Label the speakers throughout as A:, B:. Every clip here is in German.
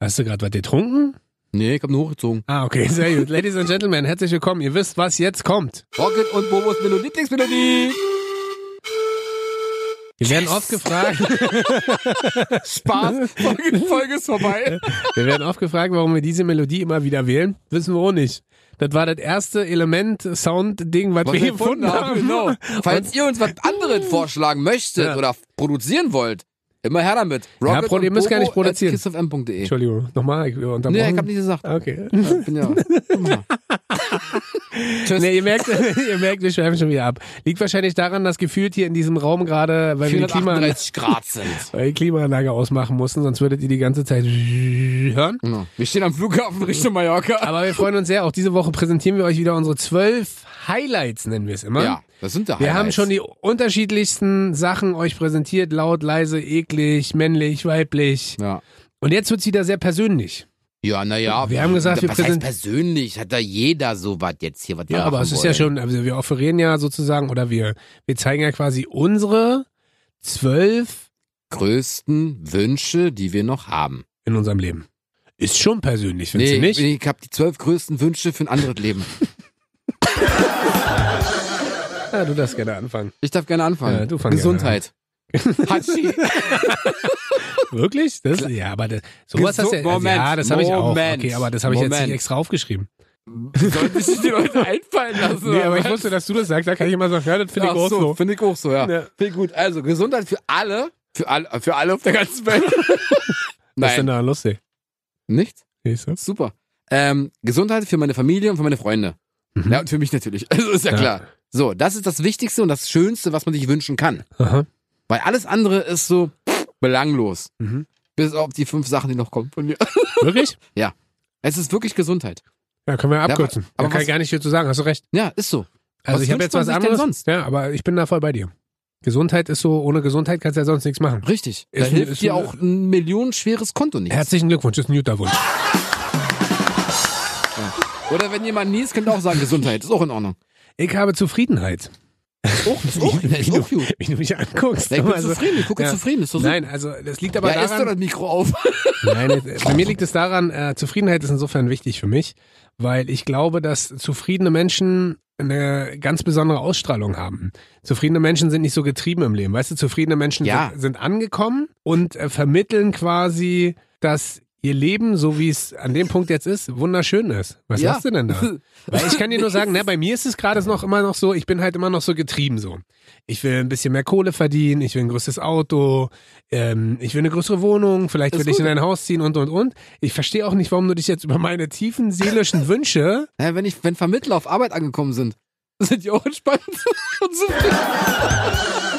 A: Hast du gerade was getrunken?
B: Nee, ich hab nur hochgezogen.
A: Ah, okay, sehr gut. Ladies and Gentlemen, herzlich willkommen. Ihr wisst, was jetzt kommt.
B: Rocket und Bobos Melodie, Lieblingsmelodie.
A: Wir werden oft gefragt,
B: Spaß. Folge, Folge ist
A: Äh,
B: vorbei.
A: wir werden oft gefragt, warum wir diese Melodie immer wieder wählen. Wissen wir auch nicht. Das war das erste Element, Sound, Ding, was, wir gefunden haben.
B: Genau. Falls ihr uns was anderes vorschlagen möchtet
A: Ah. Ja.
B: oder produzieren wollt, immer her damit.
A: Ja, Pro- ihr müsst gar nicht produzieren.
B: kissofm.de.
A: Entschuldigung, Äh. nochmal, ich wir unterbrochen.
B: Nee, ich hab nicht gesagt.
A: Okay.
B: Ich bin ja. Guck mal. Tschüss.
A: Nee, ihr merkt, ihr merkt, wir schweifen schon wieder ab. Liegt wahrscheinlich daran, dass gefühlt hier in diesem Raum gerade, weil wir die Klima,
B: 438 Grad sind.
A: weil die Klimaanlage ausmachen mussten, sonst würdet ihr die ganze Zeit hören.
B: Genau. Wir stehen am Flughafen Richtung Mallorca.
A: Aber wir freuen uns sehr. Auch diese Woche präsentieren wir euch wieder unsere zwölf Highlights, nennen wir es immer.
B: Ja, das sind da
A: Wir haben
B: Highlights.
A: schon die unterschiedlichsten Sachen euch präsentiert. Laut, leise, eklig, männlich, weiblich.
B: Ja.
A: Und jetzt wird's wieder sehr persönlich.
B: Ja, naja.
A: Wir haben gesagt, wir
B: was heißt
A: präsent-
B: persönlich hat da jeder sowas jetzt hier, was wir
A: Ja, aber
B: machen
A: es ist ja
B: wollen.
A: schon, also wir offerieren ja sozusagen oder wir, wir zeigen ja quasi unsere zwölf
B: größten Wünsche, die wir noch haben.
A: in unserem Leben. Ist schon persönlich, findest du nicht?
B: nee, ich habe die zwölf größten Wünsche für ein anderes Leben.
A: Ja, Ah, du darfst gerne anfangen.
B: Ich darf gerne anfangen.
A: Ja, du fang
B: Gesundheit. Hatschi.
A: Wirklich? Das, ja, aber das, sowas hast du ja,
B: Moment,
A: ja, das habe ich auch.
B: Moment,
A: Okay, aber das habe ich jetzt
B: Moment.
A: nicht extra aufgeschrieben.
B: Sollte sich die Leute einfallen lassen.
A: Nee, aber
B: oder
A: ich
B: was?
A: wusste, dass du das sagst, da kann ich immer sagen, ja, das finde ich
B: Ach
A: auch
B: so,
A: so.
B: Finde ich auch so, ja.
A: Ja.
B: Finde ich gut. Also Gesundheit für alle, für alle, für alle auf der ganzen Welt.
A: Was ist denn
B: Nein,
A: da lustig?
B: nichts.
A: Siehst du?
B: Super. Ähm, Gesundheit für meine Familie und für meine Freunde.
A: Mhm.
B: Ja, und für mich natürlich. Also ist ja,
A: Ja.
B: klar. So, das ist das Wichtigste und das Schönste, was man sich wünschen kann.
A: Aha.
B: Weil alles andere ist so pff, belanglos.
A: Mhm.
B: Bis auf die fünf Sachen, die noch kommen von mir.
A: Wirklich?
B: Es ist wirklich Gesundheit.
A: Ja, können wir
B: aber-
A: abkürzen.
B: aber
A: da kann
B: was-
A: ich gar nicht viel zu sagen, hast du recht.
B: Ja, ist so.
A: Also
B: Was
A: ich habe
B: wünscht
A: jetzt
B: man
A: was
B: sich denn
A: anderes.
B: sonst?
A: Ja, aber ich bin da voll bei dir. Gesundheit ist so, ohne Gesundheit kannst du ja sonst nichts machen.
B: Richtig. Da
A: Ist ein-
B: hilft
A: ist
B: dir
A: ein-
B: auch ein millionenschweres Konto nicht.
A: Herzlichen Glückwunsch, ist ein guter Wunsch.
B: Oder wenn jemand niest, könnt ihr auch sagen, Gesundheit. Ist auch in Ordnung.
A: Ich habe Zufriedenheit.
B: Auch, ist auch, ja, Oh, ist auch
A: wie, du,
B: gut.
A: wie du mich anguckst.
B: Ja, ich bin
A: Also,
B: zufrieden, ich gucke
A: ja.
B: zufrieden. Ist doch so.
A: Nein, also das liegt aber
B: ja, ist doch
A: daran.
B: das Mikro auf.
A: Nein, es- bei mir liegt es daran, äh, Zufriedenheit ist insofern wichtig für mich, weil ich glaube, dass zufriedene Menschen eine ganz besondere Ausstrahlung haben. Zufriedene Menschen sind nicht so getrieben im Leben. Weißt du, zufriedene Menschen
B: Ja.
A: sind, sind angekommen und äh, vermitteln quasi, dass ihr Leben, so wie es an dem Punkt jetzt ist, wunderschön ist. Was
B: Ja.
A: machst du denn da? Weil ich kann dir nur sagen, na, bei mir ist es gerade noch immer noch so, ich bin halt immer noch so getrieben so. Ich will ein bisschen mehr Kohle verdienen, ich will ein größeres Auto, ähm, ich will eine größere Wohnung, vielleicht
B: Ist
A: will ich
B: gut.
A: in ein Haus ziehen und und und. Ich verstehe auch nicht, warum du dich jetzt über meine tiefen seelischen Wünsche.
B: Ja, wenn, ich, wenn Vermittler auf Arbeit angekommen sind, sind die auch entspannt und zufrieden.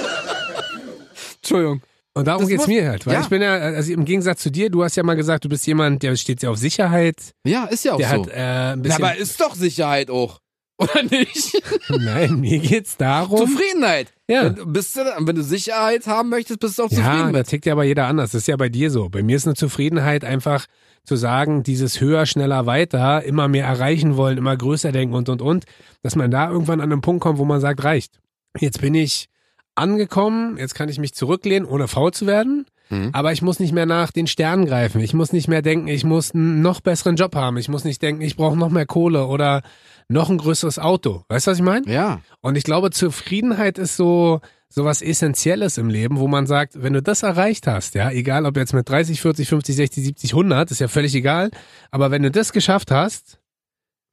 B: Entschuldigung.
A: Und darum
B: Das
A: geht's
B: muss-
A: mir halt, weil
B: ja.
A: ich bin ja, also im Gegensatz zu dir, du hast ja mal gesagt, du bist jemand, der steht ja auf Sicherheit,
B: Ja, ist ja auch
A: der
B: so.
A: hat äh, ein
B: Na,
A: bisschen.
B: aber ist doch Sicherheit auch. Oder nicht?
A: Nein, mir geht's darum.
B: Zufriedenheit.
A: Ja.
B: Wenn, du- bist du, wenn du Sicherheit haben möchtest, bist du auch
A: Ja,
B: zufrieden
A: da
B: mit.
A: tickt ja aber jeder anders. Das ist ja bei dir so. Bei mir ist eine Zufriedenheit einfach zu sagen, dieses höher, schneller, weiter, immer mehr erreichen wollen, immer größer denken und, und, und, dass man da irgendwann an einen Punkt kommt, wo man sagt, reicht. Jetzt bin ich angekommen, jetzt kann ich mich zurücklehnen, ohne faul zu werden,
B: Mhm.
A: aber ich muss nicht mehr nach den Sternen greifen. Ich muss nicht mehr denken, ich muss einen noch besseren Job haben. Ich muss nicht denken, ich brauche noch mehr Kohle oder noch ein größeres Auto. Weißt du, was ich meine?
B: Ja.
A: Und ich glaube, Zufriedenheit ist so sowas Essentielles im Leben, wo man sagt, wenn du das erreicht hast, ja, egal ob jetzt mit 30, 40, 50, 60, 70, 100, ist ja völlig egal, aber wenn du das geschafft hast,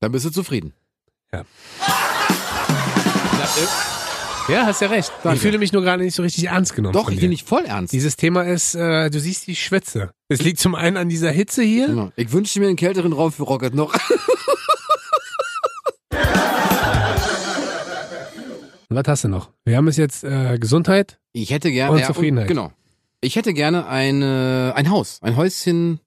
B: Dann bist du zufrieden.
A: Ja.
B: Na, äh,
A: ja, hast ja recht.
B: Danke.
A: Ich fühle mich nur gerade nicht so richtig ernst genommen.
B: doch,
A: von
B: ich
A: dir.
B: bin nicht voll ernst.
A: Dieses Thema ist, äh, du siehst, ich schwitze. Es liegt zum einen an dieser Hitze hier.
B: Genau. Ich wünschte mir einen kälteren Raum für Rocket noch.
A: Was hast du noch? Wir haben es jetzt äh, Gesundheit.
B: Ich hätte gerne.
A: Und
B: ja,
A: Zufriedenheit.
B: genau. Ich hätte gerne eine, ein Haus, ein Häuschen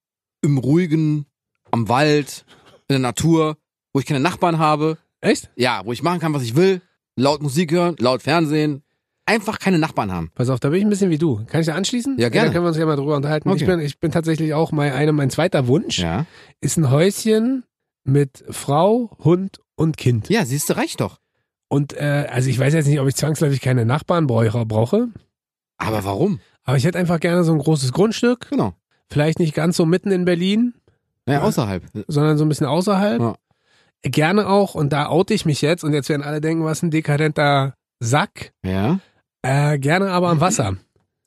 B: im Ruhigen, am Wald, in der Natur, wo ich keine Nachbarn habe.
A: Echt?
B: Ja, wo ich machen kann, was ich will. Laut Musik hören, laut Fernsehen. Einfach keine Nachbarn haben.
A: Pass auf, da bin ich ein bisschen wie du. Kann ich da anschließen?
B: Ja, gerne.
A: Da können wir uns ja mal drüber unterhalten.
B: Okay.
A: Ich, bin, ich bin tatsächlich auch mein, eine, mein zweiter Wunsch.
B: Ja.
A: ist ein Häuschen mit Frau, Hund und Kind.
B: Ja, siehst du, reicht doch.
A: Und äh, also ich weiß jetzt nicht, ob ich zwangsläufig keine Nachbarn brauche, brauche,
B: Aber warum?
A: aber ich hätte einfach gerne so ein großes Grundstück,
B: Genau.
A: Vielleicht nicht ganz so mitten in Berlin,
B: Naja, außerhalb.
A: sondern so ein bisschen außerhalb.
B: Ja.
A: Gerne auch, und da oute ich mich jetzt, und jetzt werden alle denken, was ein dekadenter Sack.
B: Ja?
A: Äh, gerne aber am Wasser.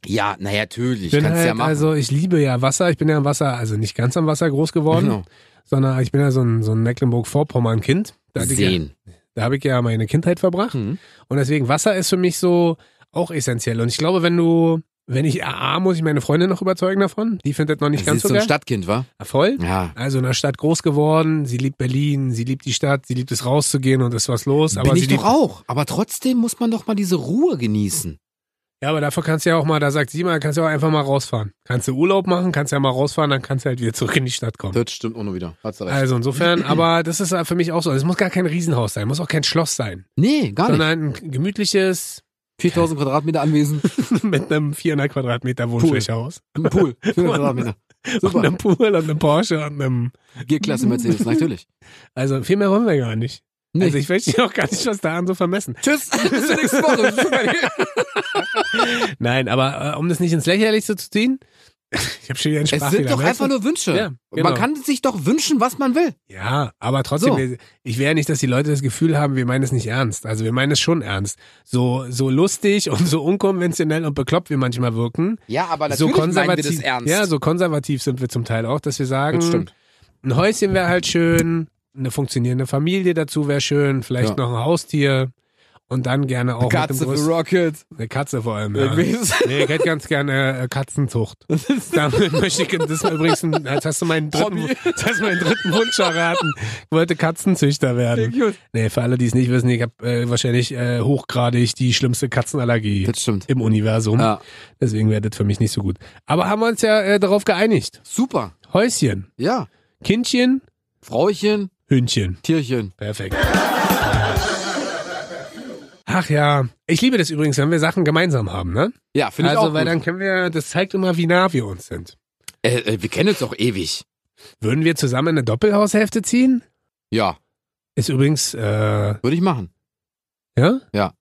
B: Ja, naja, natürlich.
A: Ich bin
B: Kannst
A: halt,
B: ja machen.
A: also ich liebe ja Wasser. Ich bin ja am Wasser, also nicht ganz am Wasser groß geworden,
B: genau.
A: sondern ich bin ja so ein, so ein Mecklenburg-Vorpommern-Kind. Da, hatte ich ja,
B: Sehen.
A: da habe ich ja meine Kindheit verbracht.
B: Mhm.
A: Und deswegen Wasser ist für mich so auch essentiell. Und ich glaube, wenn du, wenn ich AA, muss ich meine Freundin noch überzeugen davon. Die findet noch nicht
B: Das
A: ganz
B: ist
A: so
B: so ein
A: geil.
B: Stadtkind, wa?
A: Voll.
B: Ja.
A: Also in der Stadt groß geworden. Sie liebt Berlin, sie liebt die Stadt, sie liebt es rauszugehen und ist was los. Aber
B: Bin
A: sie
B: ich doch
A: liebt,
B: auch. Aber trotzdem muss man doch mal diese Ruhe genießen.
A: ja, aber dafür kannst du ja auch mal, da sagt sie mal, kannst du auch einfach mal rausfahren. Kannst du Urlaub machen, kannst ja mal rausfahren, dann kannst du halt wieder zurück in die Stadt kommen.
B: Das stimmt auch noch wieder. Hast du recht.
A: Also insofern, aber das ist halt für mich auch so. Also Es muss gar kein Riesenhaus sein, muss auch kein Schloss sein,
B: Äh, nee, gar nicht.
A: sondern ein gemütliches
B: 4000 Quadratmeter Anwesen,
A: mit einem 400 Quadratmeter Wohnflächehaus
B: ein Pool, 400 Quadratmeter.
A: und
B: Super.
A: einem Pool und einem Porsche und einem.
B: G-Klasse Mercedes, natürlich.
A: Also viel mehr wollen wir gar nicht.
B: Nee.
A: Also ich verstehe auch gar nicht, was daran so vermessen.
B: Tschüss, bis zur nächsten Woche.
A: Nein, aber äh, um das nicht ins Lächerliche zu ziehen, ich habe schon wieder einen
B: es sind
A: Sprachfehler.
B: doch
A: merkst
B: einfach
A: du?
B: nur Wünsche.
A: Ja, genau.
B: Man kann sich doch wünschen, was man will.
A: Ja, aber trotzdem,
B: So.
A: wir- ich will ja nicht, dass die Leute das Gefühl haben, wir meinen es nicht ernst. Also wir meinen es schon ernst. So, so lustig und so unkonventionell und bekloppt wir manchmal wirken,
B: Ja, aber
A: so konservativ, Ja,
B: Ja,
A: so konservativ sind wir zum Teil auch, dass wir sagen,
B: Das stimmt.
A: ein Häuschen wäre halt schön, eine funktionierende Familie dazu wäre schön, vielleicht
B: Ja.
A: noch ein Haustier und dann gerne auch mit
B: Katze
A: einem
B: für
A: großen,
B: Rocket.
A: eine Katze vor allem. Ja.
B: Irgendwie so-
A: Nee, ich hätte ganz gerne äh, Katzenzucht. Damit möchte ich, das ist übrigens, ein, jetzt hast du meinen dritten,
B: Hobby.
A: jetzt hast du meinen dritten Wunsch erraten. Ich wollte Katzenzüchter werden.
B: Gut.
A: Nee, für alle, die es nicht wissen, ich habe äh, wahrscheinlich äh, hochgradig die schlimmste Katzenallergie
B: Das Ah. stimmt.
A: im Universum.
B: Ja.
A: Deswegen wäre das für mich nicht so gut. Aber haben wir uns ja äh, darauf geeinigt.
B: Super.
A: Häuschen,
B: Ja.
A: Kindchen,
B: Frauchen,
A: Hündchen.
B: Tierchen.
A: Perfekt. Ach ja, ich liebe das übrigens, wenn wir Sachen gemeinsam haben, ne?
B: Ja, finde ich
A: also,
B: auch
A: weil
B: gut.
A: dann können wir, das zeigt immer, wie nah wir uns sind.
B: äh, äh, wir kennen uns doch ewig.
A: Würden wir zusammen eine Doppelhaushälfte ziehen?
B: Ja,
A: Ist übrigens, äh, ja?
B: würde ich machen. Ja.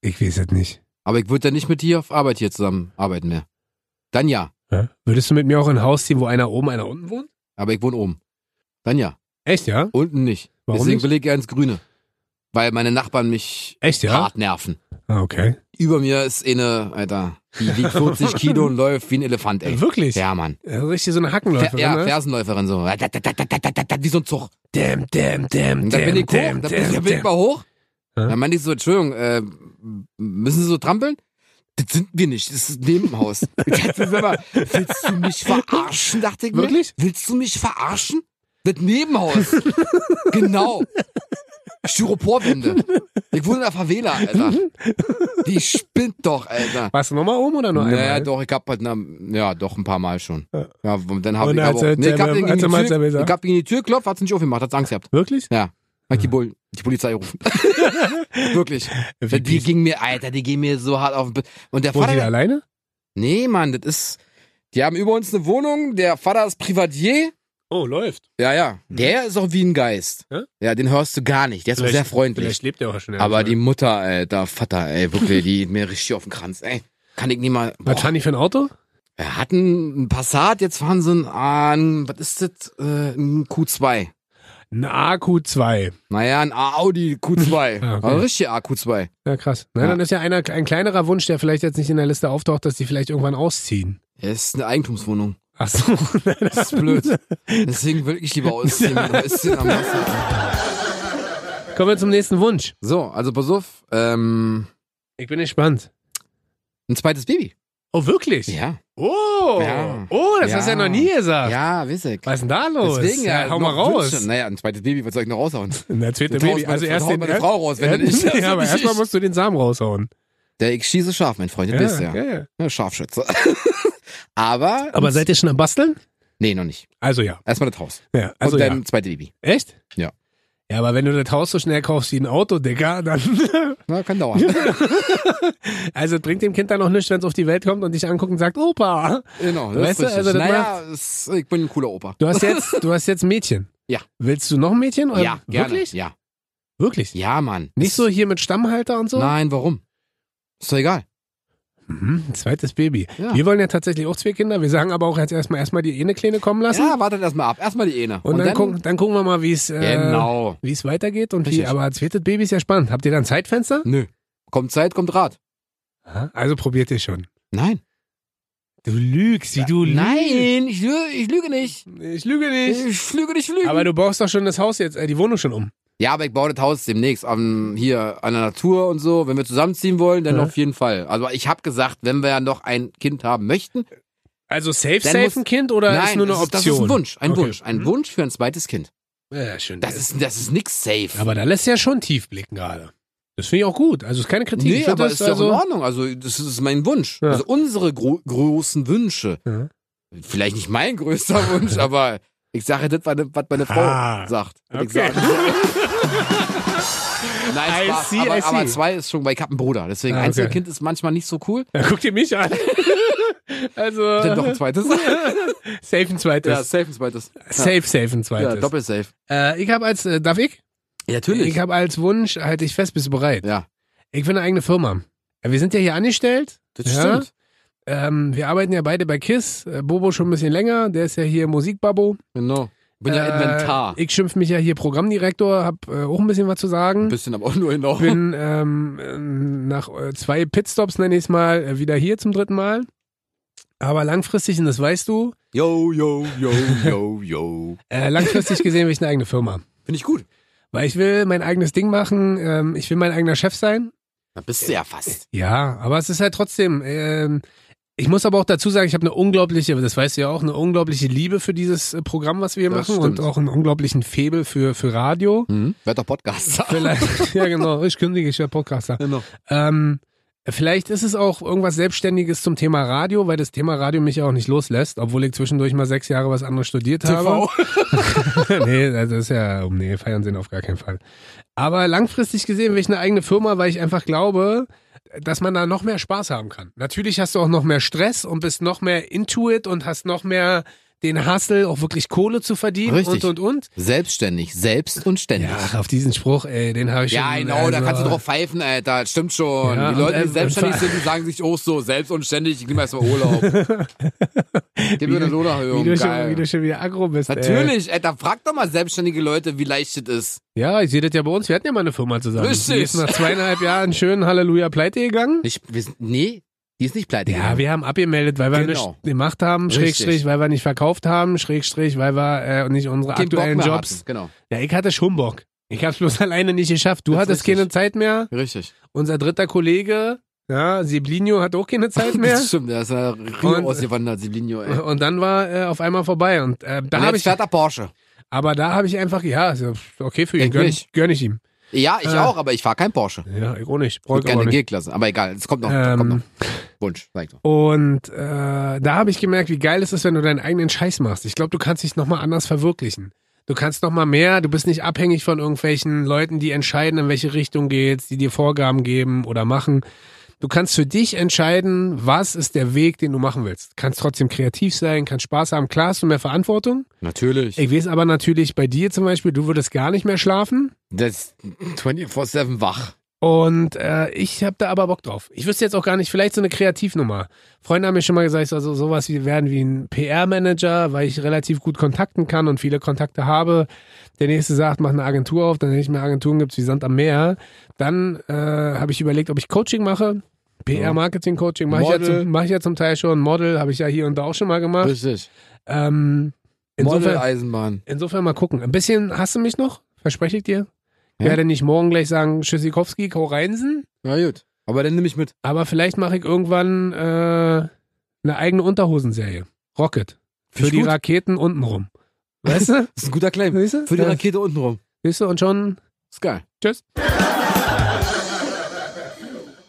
A: Ich weiß es nicht.
B: Aber ich würde dann nicht mit dir auf Arbeit hier zusammen arbeiten mehr. Dann ja.
A: Ja? Würdest du mit mir auch in ein Haus ziehen, wo einer oben, einer unten wohnt?
B: Aber ich wohne oben. Dann ja.
A: Echt, ja?
B: Unten nicht.
A: Warum
B: Deswegen
A: nicht?
B: will ich eher ins Grüne. Weil meine Nachbarn mich
A: Echt, ja?
B: hart nerven.
A: Ah, okay.
B: Über mir ist eine, Alter, die wiegt 40 Kilo und läuft wie ein Elefant, ey.
A: Wirklich?
B: Ja, Mann.
A: Also Richtig so eine
B: Fer
A: Hackenläuferin,
B: ja,
A: ne?
B: Fersenläuferin so. Wie so ein Zug.
A: Damn, damn, damn,
B: Und dann bin ich hoch, dann bin ich, dann bin ich mal hoch.
A: Hä?
B: Dann meinte ich so, Entschuldigung, äh, müssen Sie so trampeln? Das sind wir nicht, das ist Nebenhaus. Ich dachte, sag mal, willst du mich verarschen, dachte ich mir.
A: Wirklich?
B: Willst du mich verarschen? Das Nebenhaus. genau. Styroporwände. Ich wohne in der Favela, Alter. Die spinnt doch, Alter.
A: Warst du nochmal oben oder nur
B: Naja,
A: einmal?
B: doch, ich hab halt, na, ja, doch, ein paar Mal schon.
A: Ja.
B: Ja, und dann
A: Und
B: hab ich
A: als er-
B: aber, nee, ich
A: als
B: hab
A: er-
B: ihn gegen
A: als
B: die
A: er mal
B: Tür-
A: Cerveza-
B: ich hab ihn gegen die Tür geklopft, hat's nicht aufgemacht, hat's Angst gehabt.
A: Wirklich?
B: Ja. Hab ich die, Bullen, die Polizei gerufen. Wirklich.
A: Wie
B: Die
A: die,
B: ging mir, Alter, die gehen mir so hart auf den Be Und der
A: wohnt die da
B: Vater.
A: alleine?
B: Nee, Mann, das ist. Die haben über uns eine Wohnung, der Vater ist Privatier.
A: Oh, läuft.
B: Ja, ja. Der ist auch wie ein Geist.
A: Mhm. Ja?
B: Ja, den hörst du gar nicht. Der ist auch sehr freundlich.
A: Vielleicht lebt er auch schon.
B: Aber die
A: irgendwo.
B: Mutter, Alter, Vater, ey, wirklich, die geht mir richtig auf den Kranz, ey. Kann ich nicht mal. Boah.
A: Was fahren die für ein Auto?
B: Wir hatten einen Passat, jetzt fahren sie einen, an, was ist das? Äh, ein Q2.
A: Ein AQ2.
B: Naja, ein Audi Q2.
A: Ah, okay.
B: Aber richtig AQ2.
A: Ja, krass. Na,
B: Ja.
A: dann ist ja einer, ein kleinerer Wunsch, der vielleicht jetzt nicht in der Liste auftaucht, dass die vielleicht irgendwann ausziehen.
B: Ja, Es ist eine Eigentumswohnung.
A: Ach so.
B: Das ist blöd. Deswegen will ich lieber ausziehen. mit Häuschen am Wasser.
A: Kommen wir zum nächsten Wunsch.
B: So, also pass auf. Ähm,
A: Ich bin gespannt.
B: ein zweites Baby.
A: Oh, wirklich?
B: Ja.
A: Oh,
B: Ja.
A: oh, das
B: Ja.
A: hast du ja noch nie gesagt.
B: Ja, weiß ich.
A: Was oh, ist denn da los?
B: Deswegen ja,
A: hau mal
B: noch
A: raus.
B: Wünsche. ne? Naja, ein zweites Baby, was soll ich noch raushauen?
A: Na, zweite
B: Dann hau
A: Baby.
B: ich meine-
A: Also
B: dann
A: erst
B: hau ich
A: den
B: meine Frau raus, wenn
A: ja,
B: du nicht.
A: ja, aber erstmal musst du den Samen raushauen.
B: Der, ich schieße scharf, mein Freund. Das wisst ihr ja.
A: ja.
B: ja. Scharfschütze. aber.
A: Aber seid ihr schon am Basteln?
B: Nee, noch nicht.
A: Also ja.
B: Erstmal das Haus.
A: ja. Also
B: Und
A: ja.
B: dann zweites Baby.
A: Echt?
B: Ja.
A: Ja, aber wenn du das Haus so schnell kaufst wie ein Auto, Digga, dann.
B: Na, kann dauern.
A: also bringt dem Kind dann noch nichts, wenn es auf die Welt kommt und dich anguckt und sagt, Opa.
B: genau.
A: Weißt du,
B: richtig.
A: also das
B: naja, es, ich bin ein cooler Opa.
A: Du hast jetzt, du hast jetzt ein Mädchen.
B: Ja.
A: Willst du noch ein Mädchen? Oder-
B: Ja, gerne.
A: Ähm, Wirklich?
B: Ja.
A: Wirklich?
B: ja, Mann.
A: Nicht so hier mit Stammhalter und so?
B: Nein, warum? Ist doch egal.
A: Mhm, ein zweites Baby.
B: Ja.
A: Wir wollen ja tatsächlich auch zwei Kinder. Wir sagen aber auch jetzt erstmal erstmal die eine Kleine kommen lassen.
B: Ja, wartet erstmal ab. Erstmal die Ene.
A: Und, dann, gucken, dann gucken wir mal, wie es äh,
B: Genau.
A: wie es weitergeht. Und wie,
B: Richtig.
A: aber zweites Baby ist ja spannend. Habt ihr dann Zeitfenster?
B: Nö. Kommt Zeit, kommt Rat.
A: Aha. Also probiert ihr schon.
B: Nein.
A: Du lügst, wie du
B: Nein, ich, lü ich lüge nicht.
A: lügst. Ich lüge nicht.
B: Ich lüge nicht, ich lüge.
A: Aber du baust doch schon das Haus jetzt, äh, die Wohnung schon um.
B: ja, aber ich baue das Haus demnächst am, hier an der Natur und so. Wenn wir zusammenziehen wollen, dann
A: Ja.
B: auf jeden Fall. Also ich habe gesagt, wenn wir ja noch ein Kind haben möchten,
A: Also safe,
B: Dann
A: safe
B: muss-
A: ein Kind oder
B: nein,
A: ist nur eine
B: das,
A: Option?
B: ist, das ist ein Wunsch, ein
A: Okay.
B: Wunsch, ein
A: Mhm.
B: Wunsch für ein zweites Kind.
A: Ja, schön.
B: Das ist, das ist nix safe.
A: aber da lässt ja schon tief blicken gerade. Das finde ich auch gut. Also ist keine Kritik. ich
B: Nee,
A: find
B: aber
A: das
B: ist doch in Ordnung. Also, das ist mein Wunsch.
A: Ja.
B: Also, unsere gro großen Wünsche.
A: Ja.
B: Vielleicht nicht mein größter Wunsch, aber ich sage das, was was meine Frau
A: Ah,
B: sagt. Was ich
A: okay.
B: sage. Nein,
A: I
B: Spaß.
A: see, I
B: aber,
A: see.
B: aber zwei ist schon, weil ich hab einen Bruder. Deswegen,
A: Ah, okay.
B: Einzelkind ist manchmal nicht so cool.
A: Ja, guck dir mich an.
B: Dann doch
A: also
B: ein zweites.
A: safe ein
B: ja,
A: zweites.
B: safe ein zweites.
A: safe, safe ein
B: Ja, ja
A: zweites.
B: doppelt safe.
A: äh, ich habe als, äh, darf ich?
B: Ja,
A: Ich habe als Wunsch, halte ich fest, bist du bereit?
B: Ja,
A: Ich will eine eigene Firma. Ja, Wir sind ja hier angestellt.
B: das
A: Ja.
B: stimmt.
A: Ähm, wir arbeiten ja beide bei KISS. Äh, Bobo schon ein bisschen länger. Der ist ja hier Musikbabbo.
B: Genau. Bin ja
A: Äh,
B: Inventar.
A: Ich schimpf mich ja hier Programmdirektor, hab äh, auch ein bisschen was zu
B: Ein
A: sagen.
B: bisschen, aber auch nur noch.
A: Bin ähm, ähm, nach äh, zwei Pitstops, nenn ich es mal, äh, wieder hier zum dritten Mal. Aber langfristig, und das weißt du,
B: Yo, yo, yo, yo, yo.
A: äh, langfristig gesehen will ich eine eigene Firma.
B: Finde ich gut.
A: Weil ich will mein eigenes Ding machen, ähm, ich will mein eigener Chef sein.
B: Da bist du ja fast.
A: Ja, aber es ist halt trotzdem, ähm, ich muss aber auch dazu sagen, ich habe eine unglaubliche, das weißt du ja auch, eine unglaubliche Liebe für dieses äh, Programm, was wir hier
B: Das
A: machen
B: stimmt.
A: und auch einen unglaublichen Febel für, für Radio.
B: Mhm. Werd doch Podcaster.
A: Vielleicht, ja genau, ich kündige, ich werde Podcaster.
B: Genau.
A: Ähm, vielleicht ist es auch irgendwas Selbstständiges zum Thema Radio, weil das Thema Radio mich ja auch nicht loslässt, obwohl ich zwischendurch mal sechs Jahre was anderes studiert
B: TV.
A: habe. nee, das ist ja, um nee, feiern sind auf gar keinen Fall. Aber langfristig gesehen will ich eine eigene Firma, weil ich einfach glaube, dass man da noch mehr Spaß haben kann. Natürlich hast du auch noch mehr Stress und bist noch mehr into it und hast noch mehr den Hustle, auch wirklich Kohle zu verdienen
B: Richtig.
A: und und und.
B: Selbstständig, selbst und ständig. Ja,
A: Ja, auf diesen Spruch, ey, den habe ich schon.
B: genau, da
A: also-
B: kannst du drauf pfeifen, Alter. Das Stimmt schon.
A: Ja,
B: die Leute,
A: und,
B: die
A: äh,
B: selbstständig
A: und-
B: sind, die sagen sich auch so, selbst und ständig, ich nehme erstmal Urlaub. Gib mir eine
A: wie
B: Lohnerhöhung,
A: du, schon, wie
B: geil.
A: du schon wieder aggro bist. Ey.
B: Natürlich, Alter, frag doch mal selbstständige Leute, wie leicht das ist.
A: Ja, ich sehe das ja bei uns. Wir hatten ja mal eine Firma zusammen.
B: Richtig.
A: Die ist nach zweieinhalb Jahren schön Halleluja pleite gegangen.
B: Ich, wir sind, nee, die ist nicht pleite.
A: Ja, wir haben abgemeldet, weil wir
B: Genau.
A: nichts gemacht haben,
B: Richtig.
A: Schrägstrich, weil wir nicht verkauft haben, Schrägstrich, weil wir äh, nicht unsere
B: Keinen Bock
A: aktuellen
B: mehr
A: Jobs.
B: hatten. Genau,
A: Ja, ich hatte schon Bock. Ich hab's bloß alleine nicht geschafft. Du
B: Das ist
A: hattest
B: richtig.
A: keine Zeit mehr.
B: richtig.
A: Unser dritter Kollege, ja, Siblinio, hat auch keine Zeit mehr.
B: Das stimmt, da ist er
A: Und-
B: Rio ausgewandert, Siblinio, ey.
A: Und dann war äh, auf einmal vorbei. Und äh, da
B: Und
A: habe
B: jetzt
A: ich,
B: fährt er Porsche.
A: aber da habe ich einfach, ja, ist ja okay für ihn,
B: Ich
A: gönn,
B: nicht.
A: gönn ich ihm.
B: Ja, ich
A: Äh.
B: auch, aber ich fahr kein Porsche.
A: Ja, ich auch nicht.
B: Ich
A: Brauch ich
B: gerne
A: aber
B: eine
A: nicht.
B: G-Klasse, aber egal, es kommt noch, kommt noch.
A: Ähm,
B: Wunsch, sag ich doch.
A: und äh, da habe ich gemerkt, wie geil es ist, wenn du deinen eigenen Scheiß machst. Ich glaube, du kannst dich nochmal anders verwirklichen. Du kannst nochmal mehr, du bist nicht abhängig von irgendwelchen Leuten, die entscheiden, in welche Richtung geht's, die dir Vorgaben geben oder machen. Du kannst für dich entscheiden, was ist der Weg, den du machen willst. Kannst trotzdem kreativ sein, kannst Spaß haben. Klar hast du mehr Verantwortung.
B: Natürlich.
A: Ich weiß aber natürlich bei dir zum Beispiel, du würdest gar nicht mehr schlafen.
B: Das ist 24-7 wach.
A: Und äh, ich habe da aber Bock drauf. Ich wüsste jetzt auch gar nicht, vielleicht so eine Kreativnummer. Freunde haben mir schon mal gesagt, ich soll so sowas wie werden wie ein PR-Manager, weil ich relativ gut kontakten kann und viele Kontakte habe. Der nächste sagt, mach eine Agentur auf, dann denke ich mir, Agenturen gibt's wie Sand am Meer. Dann äh, habe ich überlegt, ob ich Coaching mache. PR-Marketing-Coaching mache ich, ja
B: Model.
A: zum- mach ich ja zum Teil schon. Model habe ich ja hier und da auch schon mal gemacht.
B: Richtig.
A: Ähm, insofern,
B: Model-Eisenbahn.
A: insofern mal gucken. Ein bisschen hast du mich noch, verspreche ich dir. Ich
B: Ja.
A: werde nicht morgen gleich sagen, Tschüssikowski, Kau Reinsen.
B: Na gut. Aber dann nehme ich mit.
A: Aber vielleicht mache ich irgendwann äh, eine eigene Unterhosenserie. Rocket. Für
B: Finde ich
A: die
B: gut.
A: Raketen untenrum. Weißt du?
B: Das ist ein guter Claim.
A: Siehst du?
B: Für die
A: Ja.
B: Rakete untenrum.
A: Siehst du? Und schon.
B: Ist geil.
A: Tschüss.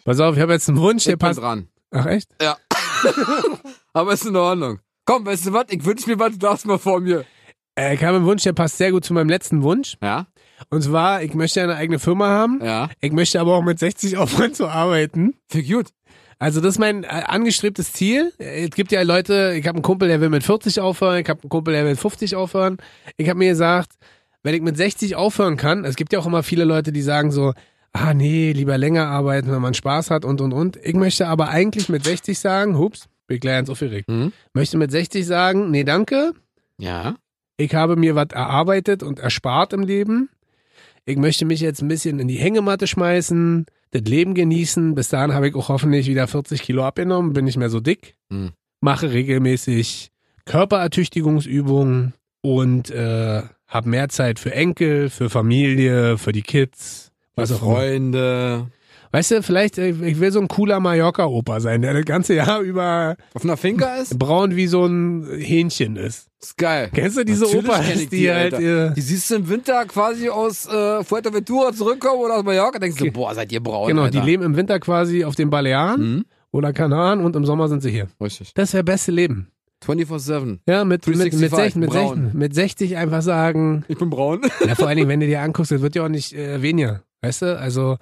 A: Pass auf, ich habe jetzt einen Wunsch, der
B: Ich bin
A: passt.
B: dran.
A: Ach echt?
B: Aber ist in Ordnung. Komm, weißt du was? Ich wünsche mir was, du darfst mal vor mir.
A: Äh, ich habe einen Wunsch, der passt sehr gut zu meinem letzten Wunsch.
B: Ja?
A: Und zwar, ich möchte eine eigene Firma haben.
B: Ja.
A: Ich möchte aber auch mit 60 aufhören zu arbeiten.
B: Für gut.
A: Also das ist mein äh, angestrebtes Ziel. Äh, Es gibt ja Leute, ich habe einen Kumpel, der will mit 40 aufhören, ich habe einen Kumpel, der will mit 50 aufhören. Ich habe mir gesagt, wenn ich mit 60 aufhören kann, es gibt ja auch immer viele Leute, die sagen so, ah nee, lieber länger arbeiten, wenn man Spaß hat und und und. Ich möchte aber eigentlich mit 60 sagen, hups, bin gleich ganz aufgeregt.
B: Hm?
A: Möchte mit 60 sagen, nee, danke,
B: Ja.
A: ich habe mir was erarbeitet und erspart im Leben. Ich möchte mich jetzt ein bisschen in die Hängematte schmeißen, das Leben genießen. Bis dahin habe ich auch hoffentlich wieder 40 Kilo abgenommen, bin nicht mehr so dick.
B: Hm.
A: Mache regelmäßig Körperertüchtigungsübungen und äh, habe mehr Zeit für Enkel, für Familie, für die Kids. Was auch immer.
B: Freunde.
A: Weißt du, vielleicht, äh, ich will so ein cooler Mallorca-Opa sein, der das ganze Jahr über
B: Auf einer Finca ist?
A: braun wie so ein Hähnchen ist.
B: Ist geil.
A: Kennst du diese
B: Natürlich
A: Opas,
B: kenn ich
A: die,
B: die,
A: halt
B: Alter.
A: ihr,
B: Die siehst du im Winter quasi aus äh, Fuerteventura zurückkommen oder aus Mallorca, denkst du, boah, seid ihr braun.
A: Genau,
B: Alter.
A: die leben im Winter quasi auf den Balearen
B: Hm?
A: oder Kanaren und im Sommer sind sie hier.
B: Richtig.
A: Das wäre beste Leben.
B: 24-7.
A: Ja, mit, mit, mit,
B: 365
A: 60, mit,
B: braun.
A: 60, mit 60 einfach sagen,
B: Ich bin braun.
A: ja, vor allen Dingen, wenn du dir anguckst, das wird ja auch nicht äh, weniger. Weißt du? Also,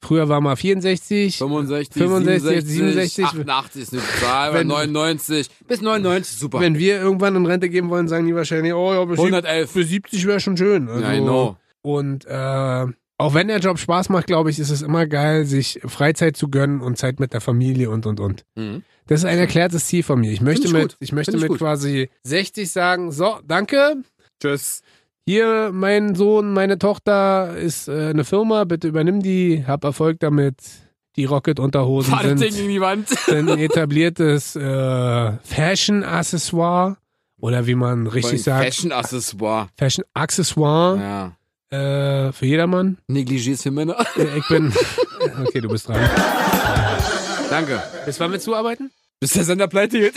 A: früher war mal 64.
B: 65,
A: 65,
B: 67,
A: 67.
B: 88 ist eine Zahl,
A: Wenn-
B: 99, bis 99, super.
A: Wenn wir irgendwann in Rente gehen wollen, sagen die wahrscheinlich, oh ja, bestimmt
B: 111.
A: für 70 wäre schon schön. Also,
B: ja, genau.
A: Und äh, auch wenn der Job Spaß macht, glaube ich, ist es immer geil, sich Freizeit zu gönnen und Zeit mit der Familie und und und.
B: Mhm.
A: Das ist ein erklärtes Ziel von mir. Ich möchte
B: ich
A: mit,
B: gut.
A: ich möchte
B: Find ich
A: mit
B: gut.
A: quasi 60 sagen, so, danke.
B: Tschüss.
A: Hier, mein Sohn, meine Tochter ist äh, eine Firma, bitte übernimm die, hab Erfolg damit. Die Rocket-Unterhosen
B: Fahr das Ding
A: sind,
B: in die Wand.
A: sind ein etabliertes äh, Fashion-Accessoire oder wie man richtig sagt,
B: Fashion-Accessoire.
A: Fashion-Accessoire
B: Ja.
A: äh, für jedermann.
B: Negligés für Männer.
A: Äh, Ich bin. Okay, du bist dran.
B: Danke.
A: Bis wann willst du arbeiten?
B: Bis der Sender pleite geht.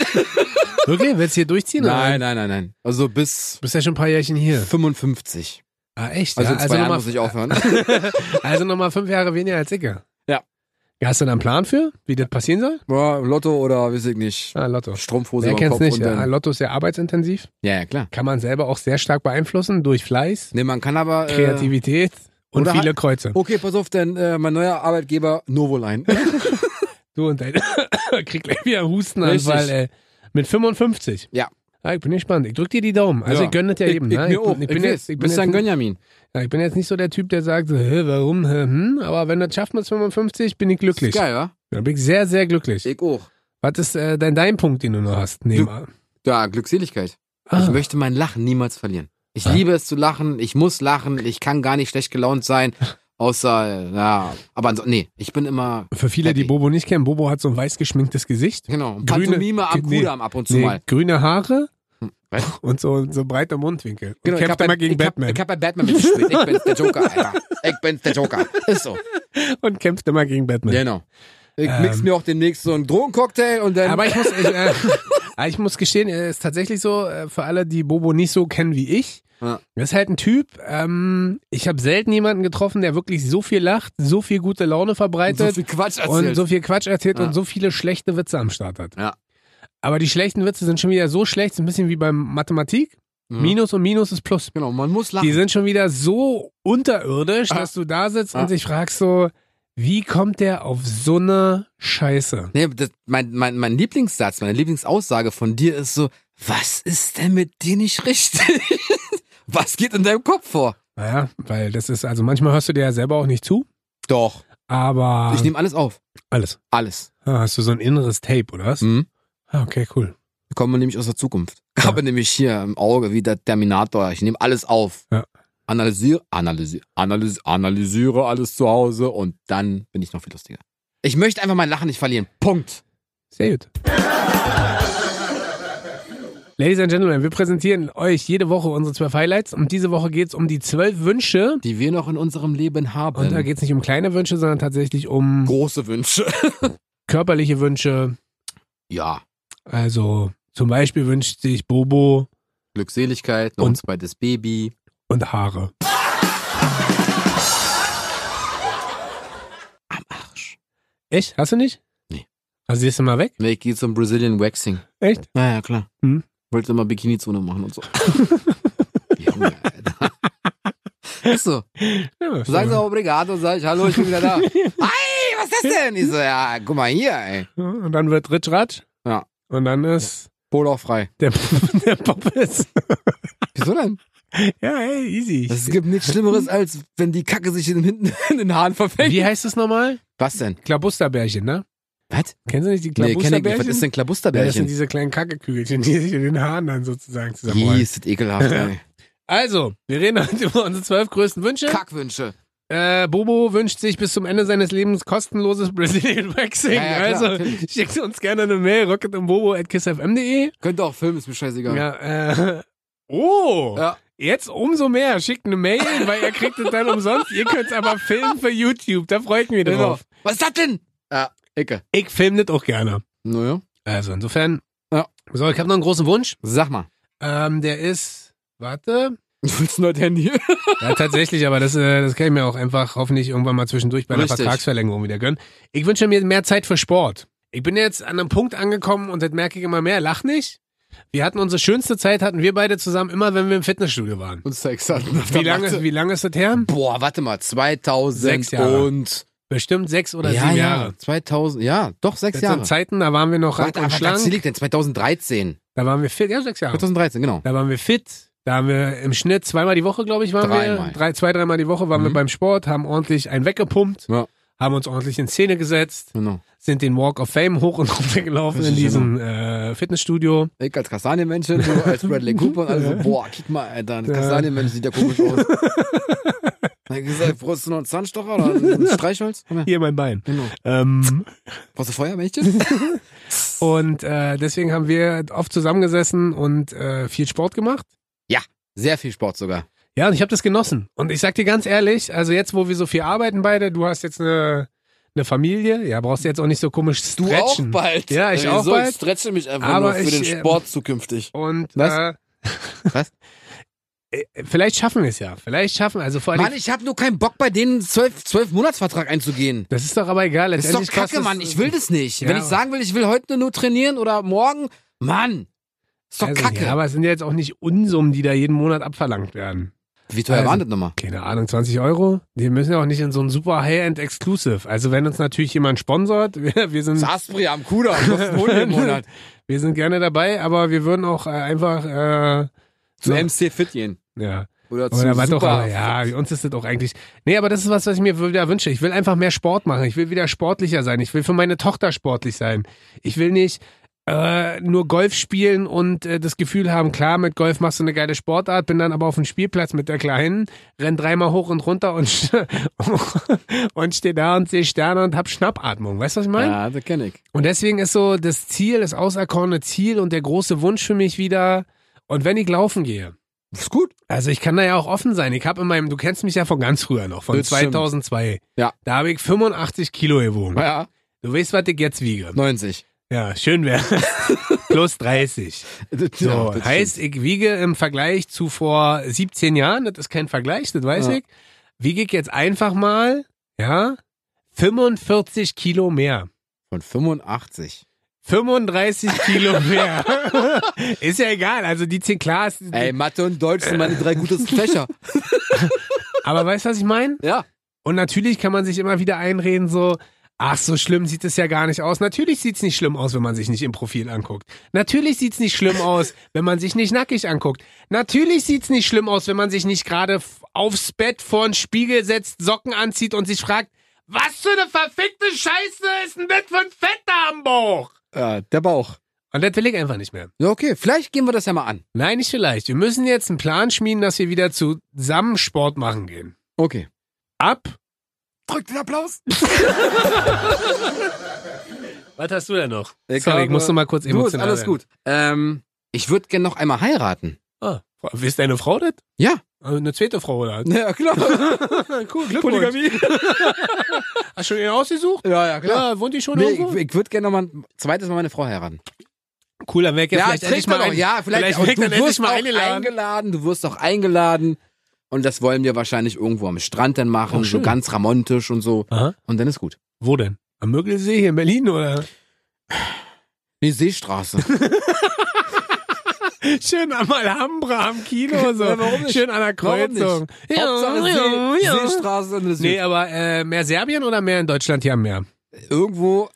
A: Wirklich? Willst du hier durchziehen? oder?
B: Nein, nein, nein, nein. Also bis
A: Du bist ja schon ein paar Jährchen hier.
B: 55.
A: Ah, echt?
B: Also
A: ja?
B: in zwei Jahren
A: nochmal-
B: muss ich aufhören.
A: Also nochmal fünf Jahre weniger als ich. Ja.
B: Ja.
A: Hast du da einen Plan für, wie das passieren soll?
B: Boah, Lotto oder weiß ich nicht.
A: Ah, Lotto.
B: Strumpfhose
A: Wer
B: über den
A: kennt's
B: Kopf
A: nicht?
B: und
A: Ja,
B: dann.
A: Lotto ist sehr arbeitsintensiv.
B: Ja, ja, klar.
A: Kann man selber auch sehr stark beeinflussen durch Fleiß,
B: Nee, man kann aber. äh,
A: Kreativität und
B: oder
A: viele
B: halt-
A: Kreuze.
B: Okay, pass auf, denn äh, mein neuer Arbeitgeber Novoline.
A: Du und dein krieg gleich wieder einen Hustenanfall,
B: Richtig.
A: ey. Mit 55.
B: Ja.
A: Ah, ich bin gespannt. Ich drück dir die Daumen. Also
B: Ja.
A: ich gönne das ja
B: Ich-
A: jedem.
B: ich
A: ne?
B: mir auch.
A: bin, ich bin
B: Ich
A: jetzt,
B: weiß.
A: ich bin
B: Bist du ein
A: jetzt
B: Gönjamin?
A: Ja, ich bin jetzt nicht so der Typ, der sagt, so, hä, warum, hä, hm? aber wenn das schafft mit 55, bin ich glücklich.
B: Ist Geil, ja?
A: Da bin ich sehr, sehr glücklich.
B: Ich auch.
A: Was ist äh, dein, dein Punkt, den du noch hast? Nehmen wir.
B: Ja, Glückseligkeit. Ich
A: Ah,
B: möchte mein Lachen niemals verlieren. Ich liebe es zu lachen, ich muss lachen, ich kann gar nicht schlecht gelaunt sein, außer, ja, aber anso- nee, ich bin immer,
A: für viele, die
B: happy.
A: Bobo nicht kennen, Bobo hat so ein weiß geschminktes Gesicht.
B: genau,
A: Grüne-
B: Pantomime am
A: nee,
B: Kudamm ab und zu mal.
A: grüne Haare
B: was?
A: und so, so breite Mundwinkel. Und
B: Genau, ich
A: kämpft
B: hab,
A: immer
B: bei-
A: gegen
B: ich hab,
A: Batman.
B: ich hab bei Batman mitgespielt, ich bin der Joker, Alter. Ich bin der Joker, ist so.
A: und kämpft immer gegen Batman.
B: Genau. Ich
A: Ähm.
B: mix mir auch demnächst so einen Drogencocktail und dann,
A: Aber ich muss, ich, äh, aber ich muss gestehen, es ist tatsächlich so, äh, für alle, die Bobo nicht so kennen wie ich,
B: Ja.
A: das ist halt ein Typ, ähm, ich habe selten jemanden getroffen, der wirklich so viel lacht, so viel gute Laune
B: und so
A: verbreitet
B: viel Quatsch
A: und
B: erzählt.
A: so viel Quatsch erzählt
B: Ja.
A: und so viele schlechte Witze am Start hat.
B: Ja.
A: Aber die schlechten Witze sind schon wieder so schlecht, so ein bisschen wie beim Mathematik.
B: Mhm.
A: Minus und Minus ist Plus.
B: Genau, man muss
A: Die
B: lachen.
A: sind schon wieder so unterirdisch,
B: Ah.
A: dass du da sitzt
B: Ah.
A: und dich fragst so, wie kommt der auf so eine Scheiße?
B: Nee, das, mein, mein, mein Lieblingssatz, meine Lieblingsaussage von dir ist so, was ist denn mit dir nicht richtig? was geht in deinem Kopf vor?
A: Naja, weil das ist, also manchmal hörst du dir ja selber auch nicht zu,
B: Doch.
A: aber
B: Ich nehme alles auf.
A: alles.
B: Alles.
A: Ah, hast du so ein inneres Tape, oder was?
B: Mhm.
A: Ah, okay, cool.
B: Ich komme nämlich aus der Zukunft. Ich habe nämlich hier im Auge wie der Terminator. Ich nehme alles auf.
A: Ja.
B: Analysiere, analysiere, analysiere, analysiere alles zu Hause und dann bin ich noch viel lustiger. Ich möchte einfach mein Lachen nicht verlieren. Punkt.
A: Sehr gut. Ladies and Gentlemen, wir präsentieren euch jede Woche unsere zwölf Highlights und diese Woche geht es um die zwölf Wünsche.
B: Die wir noch in unserem Leben haben.
A: Und da geht es nicht um kleine Wünsche, sondern tatsächlich um
B: Große Wünsche.
A: körperliche Wünsche.
B: Ja.
A: Also zum Beispiel wünscht sich Bobo
B: Glückseligkeit, noch
A: Und-
B: ein zweites Baby.
A: und Haare.
B: Am Arsch.
A: Echt? Hast du nicht?
B: Nee.
A: Also siehst du mal weg?
B: Nee, ich gehe zum Brazilian Waxing.
A: Echt?
B: Naja, klar.
A: Hm?
B: Wollte immer Bikini-Zone machen und so. Junge, Alter. Ist so.
A: Ja,
B: Sagen sie auch Obrigado, sag ich, hallo, ich bin wieder da. Hey, was ist das denn? Ich so, ja, guck mal hier, ey.
A: Und dann wird Ritsch Ratsch.
B: Ja.
A: Und dann ist
B: Pol auch frei.
A: der, der Pop ist.
B: Wieso denn?
A: Ja, hey, easy.
B: Es gibt nichts Schlimmeres, als wenn die Kacke sich in, hinten in den Haaren verfängt.
A: Wie heißt es nochmal?
B: Was denn?
A: Klabusterbärchen, ne?
B: Was?
A: Kennst du nicht die
B: Nee, kenn ich nicht. Was
A: Klabusterbärchen?
B: ist denn
A: Ja, das sind
B: Klabusterbärchen?
A: diese kleinen Kackekügelchen, die sich in den Haaren dann sozusagen
B: Ih,
A: zusammenrollen.
B: ist das ekelhaft, ey.
A: Also, wir reden heute über unsere zwölf größten Wünsche.
B: Kackwünsche.
A: Äh, Bobo wünscht sich bis zum Ende seines Lebens kostenloses Brazilian Waxing.
B: Ja, ja, klar,
A: also
B: natürlich.
A: schickt uns gerne eine Mail, rocketandbobo.kissfm.de.
B: Könnt ihr auch filmen, ist mir scheißegal.
A: Ja, äh, oh,
B: Ja.
A: jetzt umso mehr. Schickt eine Mail, weil ihr kriegt es dann umsonst. Ihr könnt es aber filmen für YouTube. Da freue ich mich
B: Genau.
A: drauf.
B: Was ist das denn? Ja, Ecke.
A: Ich filme das auch gerne.
B: Naja.
A: Also insofern.
B: Ja.
A: So, ich habe noch einen großen Wunsch.
B: Sag mal.
A: Ähm, der ist, warte.
B: Du willst nur das Handy?
A: Ja, tatsächlich, aber das, äh, das kann ich mir auch einfach hoffentlich irgendwann mal zwischendurch bei einer
B: Richtig.
A: Vertragsverlängerung wieder gönnen. Ich wünsche mir mehr Zeit für Sport. Ich bin jetzt an einem Punkt angekommen und das merke ich immer mehr. Lach nicht. Wir hatten unsere schönste Zeit, hatten wir beide zusammen, immer wenn wir im Fitnessstudio waren.
B: Und Sex hatten. auf
A: Wie
B: der
A: lange,
B: Matze.
A: wie lange ist das her?
B: Boah, warte mal. 2000
A: Sechs Jahre.
B: und...
A: Bestimmt sechs oder
B: ja,
A: sieben
B: ja.
A: Jahre.
B: 2000, ja, doch, sechs
A: Das
B: Jahre.
A: sind Zeiten, da waren wir noch rank
B: Warte,
A: und
B: aber was
A: schlank.
B: liegt denn? 2013.
A: Da waren wir fit. Ja, sechs Jahre.
B: 2013, genau.
A: Da waren wir fit. Da haben wir im Schnitt zweimal die Woche, glaube ich, waren wir.
B: Dreimal.
A: Drei, zwei, dreimal die Woche waren wir
B: Mhm.
A: beim Sport, haben ordentlich einen weggepumpt,
B: Ja.
A: haben uns ordentlich in Szene gesetzt,
B: Genau.
A: sind den Walk of Fame hoch und runter gelaufen
B: Das
A: in
B: ist
A: diesem äh, Fitnessstudio.
B: Ich als Kastanienmenschen, du als Bradley Cooper und alle so, boah, kick mal, Alter, ein Kastanienmensch sieht ja komisch aus. Dann hab ich gesagt, brauchst du noch einen Zahnstocher oder ein Streichholz? Komm her.
A: Hier mein Bein.
B: Genau.
A: Ähm,
B: Brauchst du Feuermännchen?
A: und äh, deswegen haben wir oft zusammengesessen und äh, viel Sport gemacht.
B: Sehr viel Sport sogar.
A: Ja, und ich habe das genossen. Und ich sag dir ganz ehrlich, also jetzt, wo wir so viel arbeiten beide, du hast jetzt eine, eine Familie, ja, brauchst du jetzt auch nicht so komisch stretchen.
B: bald.
A: Ja, ich auch bald.
B: stretche mich einfach
A: Aber ich, ähm,
B: zukünftig.
A: Und
B: Was?
A: Äh,
B: Was?
A: äh, Vielleicht schaffen wir es ja. Vielleicht schaffen wir also vor
B: Mann,
A: allem.
B: ich hab nur keinen Bock, bei denen zwölf, zwölf Monatsvertrag einzugehen.
A: Das ist doch aber egal.
B: Ist doch
A: Letztendlich
B: kacke,
A: kostet-
B: Mann. Ich will das nicht.
A: Ja.
B: Wenn ich sagen will, ich will heute nur trainieren oder morgen, Mann. Ist doch
A: Also,
B: kacke.
A: Ja, aber es sind ja jetzt auch nicht Unsummen, die da jeden Monat abverlangt werden.
B: Wie teuer
A: Also-
B: waren das nochmal?
A: Keine Ahnung, 20 Euro? Die müssen ja auch nicht in so ein super High-End Exclusive. Also wenn uns natürlich jemand sponsort, wir, wir sind
B: Aspria am Kuder. kostet einen Huni im Monat.
A: wir sind gerne dabei, aber wir würden auch äh, einfach äh,
B: Zu
A: Ja.
B: MC Fit gehen.
A: ja.
B: Oder zu
A: Aber da war doch,
B: Super.
A: aber ja, uns ist das auch eigentlich. Nee, aber das ist was, was ich mir wieder wünsche. Ich will einfach mehr Sport machen. Ich will wieder sportlicher sein. Ich will für meine Tochter sportlich sein. Ich will nicht äh, nur Golf spielen und äh, das Gefühl haben, klar, mit Golf machst du eine geile Sportart, bin dann aber auf dem Spielplatz mit der Kleinen, renn dreimal hoch und runter und, sch- und steh da und sehe Sterne und hab Schnappatmung. Weißt du, was ich meine?
B: Ja, das kenne ich.
A: Und deswegen ist so das Ziel, das auserkorene Ziel und der große Wunsch für mich wieder, und wenn ich laufen gehe,
B: Ist gut.
A: also ich kann da ja auch offen sein. Ich habe in meinem, du kennst mich ja von ganz früher noch, von
B: Das stimmt.
A: 2002.
B: Ja.
A: Da habe ich 85 Kilo gewogen.
B: Ja,
A: Du weißt, was ich jetzt wiege.
B: 90.
A: Ja, schön wäre. Plus 30.
B: Das-
A: So,
B: ja, das
A: heißt, ich wiege im Vergleich zu vor 17 Jahren, das ist kein Vergleich, das weiß
B: Ja.
A: ich, wiege ich jetzt einfach mal, ja, 45 Kilo mehr.
B: stimmt. Von 85.
A: 35 Kilo mehr. ist ja egal. Also die 10 klar ist,
B: Ey, Mathe und Deutsch sind meine drei gutes Fächer.
A: aber weißt du, was ich meine?
B: Ja.
A: Und natürlich kann man sich immer wieder einreden, so, ach, so schlimm sieht es ja gar nicht aus. Natürlich sieht es nicht schlimm aus, wenn man sich nicht im Profil anguckt. Natürlich sieht es nicht schlimm aus, wenn man sich nicht nackig anguckt. Natürlich sieht es nicht schlimm aus, wenn man sich nicht gerade f- aufs Bett vor den Spiegel setzt, Socken anzieht und sich fragt, was für eine verfickte Scheiße ist denn das für ein Fett da am Bauch?
B: ja. Der Bauch.
A: Und das will ich einfach nicht mehr.
B: Ja, okay. Vielleicht gehen wir das ja mal an.
A: Nein, nicht vielleicht. Wir müssen jetzt einen Plan schmieden, dass wir wieder zusammen Sport machen gehen.
B: Okay.
A: Ab.
B: Drückt den Applaus.
A: Was hast du denn noch?
B: Ich
A: Sorry, ich
B: habe-
A: musste mal kurz
B: Du, ist
A: emotional
B: alles
A: werden.
B: gut. Ähm, ich würde gern noch einmal heiraten.
A: Ah, ist deine Frau das?
B: Ja.
A: Also Eine zweite Frau oder? was?
B: Ja, klar.
A: cool, Glückwunsch.
B: Polygamie.
A: Hast du ihn ausgesucht?
B: Ja, ja, klar.
A: Ja, wohnt die schon
B: Nee, ich
A: irgendwo?
B: ich würde gerne mal ein zweites Mal meine Frau heiraten.
A: cool, dann wäre ich jetzt vielleicht
B: ich
A: endlich
B: krieg
A: mal
B: da noch-
A: ein-
B: ja, vielleicht,
A: vielleicht
B: aber
A: kriegt
B: du
A: dann endlich
B: wirst
A: mal
B: auch
A: eingeladen.
B: eingeladen. Du wirst auch eingeladen. Und das wollen wir wahrscheinlich irgendwo am Strand dann machen,
A: Oh,
B: so
A: schön.
B: ganz romantisch und so.
A: Aha.
B: Und dann ist gut.
A: Wo denn? Am Mögelsee hier in Berlin oder?
B: Die Seestraße.
A: Schön am Alhambra, am Kino, so.
B: Ja, warum nicht?
A: Schön an der
B: Warum nicht?
A: Kreuzung.
B: Hauptsache See, Seestraße und das
A: Nee, aber äh, mehr Serbien oder mehr in Deutschland hier am Meer?
B: Irgendwo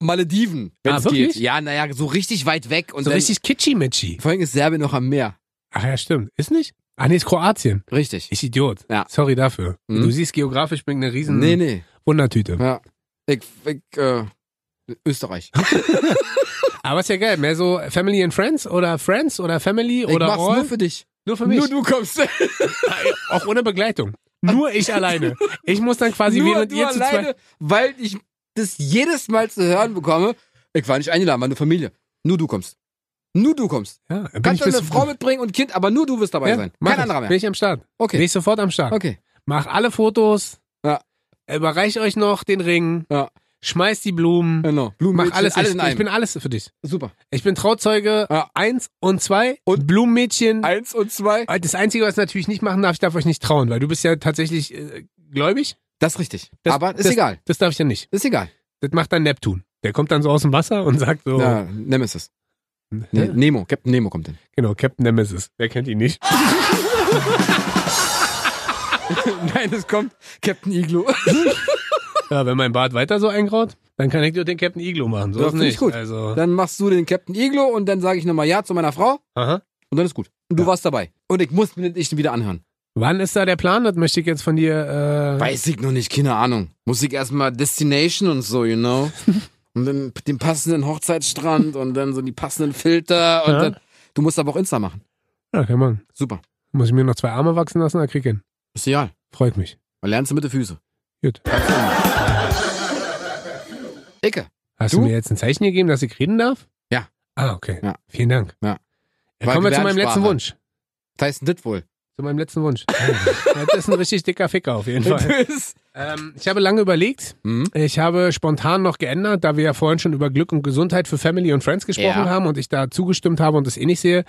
B: Malediven, wenn
A: Ah,
B: es
A: wirklich?
B: geht. Ja, naja, so richtig weit weg. Und
A: So
B: dann,
A: richtig kitschimitschi.
B: Vor allem ist Serbien noch am Meer.
A: Ach ja, stimmt. Ist nicht? Ah, nee, ist Kroatien.
B: Richtig.
A: Ich Idiot.
B: Ja.
A: Sorry dafür.
B: Mhm.
A: Du siehst, geografisch bin ich eine riesen
B: Nee, nee.
A: Wundertüte.
B: Ja. Ich, ich, äh, Österreich.
A: Aber ist ja geil. Mehr so Family and Friends oder Friends oder Family
B: Ich
A: oder
B: mach's
A: All.
B: nur für dich.
A: Nur für mich. Also, Ah,
B: Nur du kommst.
A: Auch ohne Begleitung. Nur ich alleine. Ich muss dann quasi
B: nur
A: während
B: du
A: ihr zu zweit.
B: alleine, weil ich das jedes Mal zu hören bekomme. Ich war nicht eingeladen, meine Familie. Nur du kommst. Nur du kommst.
A: Ja, bin
B: Kannst
A: ich
B: du
A: bis-
B: eine Frau mitbringen und ein Kind, aber nur du wirst dabei
A: ja,
B: sein.
A: mach
B: Kein
A: ich.
B: anderer mehr.
A: Bin ich am Start. Bin
B: Okay.
A: ich sofort am Start.
B: Okay.
A: Mach alle Fotos.
B: Ja.
A: Überreich euch noch den Ring.
B: Ja.
A: Schmeiß die Blumen.
B: Genau. Blumen,
A: Mach alles.
B: alles
A: ich,
B: in
A: ich
B: einem.
A: bin alles für dich.
B: Super.
A: Ich bin Trauzeuge
B: Ja.
A: eins und zwei und Blumenmädchen.
B: Eins und zwei.
A: Das Einzige, was ich natürlich nicht machen darf, ich darf euch nicht trauen, weil du bist ja tatsächlich äh, gläubig.
B: Das ist richtig.
A: Das-
B: aber ist
A: das-
B: egal.
A: Das darf ich ja nicht.
B: Ist egal.
A: Das macht dann Neptun. Der kommt dann so aus dem Wasser und sagt so,
B: Ja, Nemesis. Ne
A: ne?
B: Nemo. Captain Nemo kommt hin.
A: genau, Captain Nemesis. Wer kennt ihn nicht?
B: Nein, es kommt Captain Iglo.
A: Ja, wenn mein Bart weiter so eingraut, dann kann ich nur den Captain Iglo machen. So
B: Ja,
A: ist
B: find ich
A: nicht.
B: gut.
A: Also,
B: Dann machst du den Captain Iglo und dann sage ich nochmal Ja zu meiner Frau
A: aha.
B: und dann ist gut. Und du warst dabei. Und ich muss mir das nicht wieder anhören.
A: Wann ist da der Plan? Das möchte ich jetzt von dir. Äh,
B: Weiß ich noch nicht, keine Ahnung. Muss ich erstmal Destination und so, you know? und dann den passenden Hochzeitsstrand und dann so die passenden Filter und
A: Ja.
B: dann. Du musst aber auch Insta machen.
A: ja, kann man.
B: Super.
A: Muss ich mir noch zwei Arme wachsen lassen, dann krieg ich hin.
B: Ist egal.
A: Freut mich.
B: Und lernst du mit den Füßen.
A: Gut.
B: Icke.
A: Hast du?
B: Du?
A: mir jetzt ein Zeichen gegeben, dass ich reden darf?
B: Ja.
A: Ah, okay.
B: Ja.
A: Vielen Dank.
B: Ja.
A: Ja, kommen wir zu meinem letzten
B: Gebärdensprache.
A: Wunsch.
B: Was heißt denn das wohl?
A: Zu meinem letzten Wunsch. das ist ein richtig dicker Ficker auf jeden Fall. Ähm, ich habe lange überlegt.
B: Hm?
A: Ich habe spontan noch geändert, da wir ja vorhin schon über Glück und Gesundheit für Family und Friends gesprochen
B: Ja.
A: haben und ich da zugestimmt habe und das eh nicht sehe.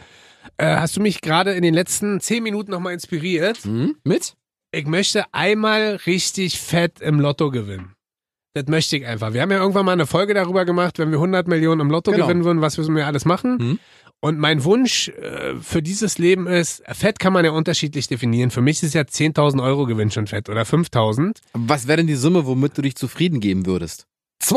A: Äh, hast du mich gerade in den letzten zehn Minuten nochmal inspiriert?
B: Hm? Mit?
A: Ich möchte einmal richtig fett im Lotto gewinnen. Das möchte ich einfach. Wir haben ja irgendwann mal eine Folge darüber gemacht, wenn wir 100 Millionen im Lotto
B: Genau.
A: gewinnen würden, was wir alles machen.
B: Mhm.
A: Und mein Wunsch äh, für dieses Leben ist, fett kann man ja unterschiedlich definieren. Für mich ist ja 10.000 Euro Gewinn schon fett oder 5.000.
B: Was wäre denn die Summe, womit du dich zufrieden geben würdest?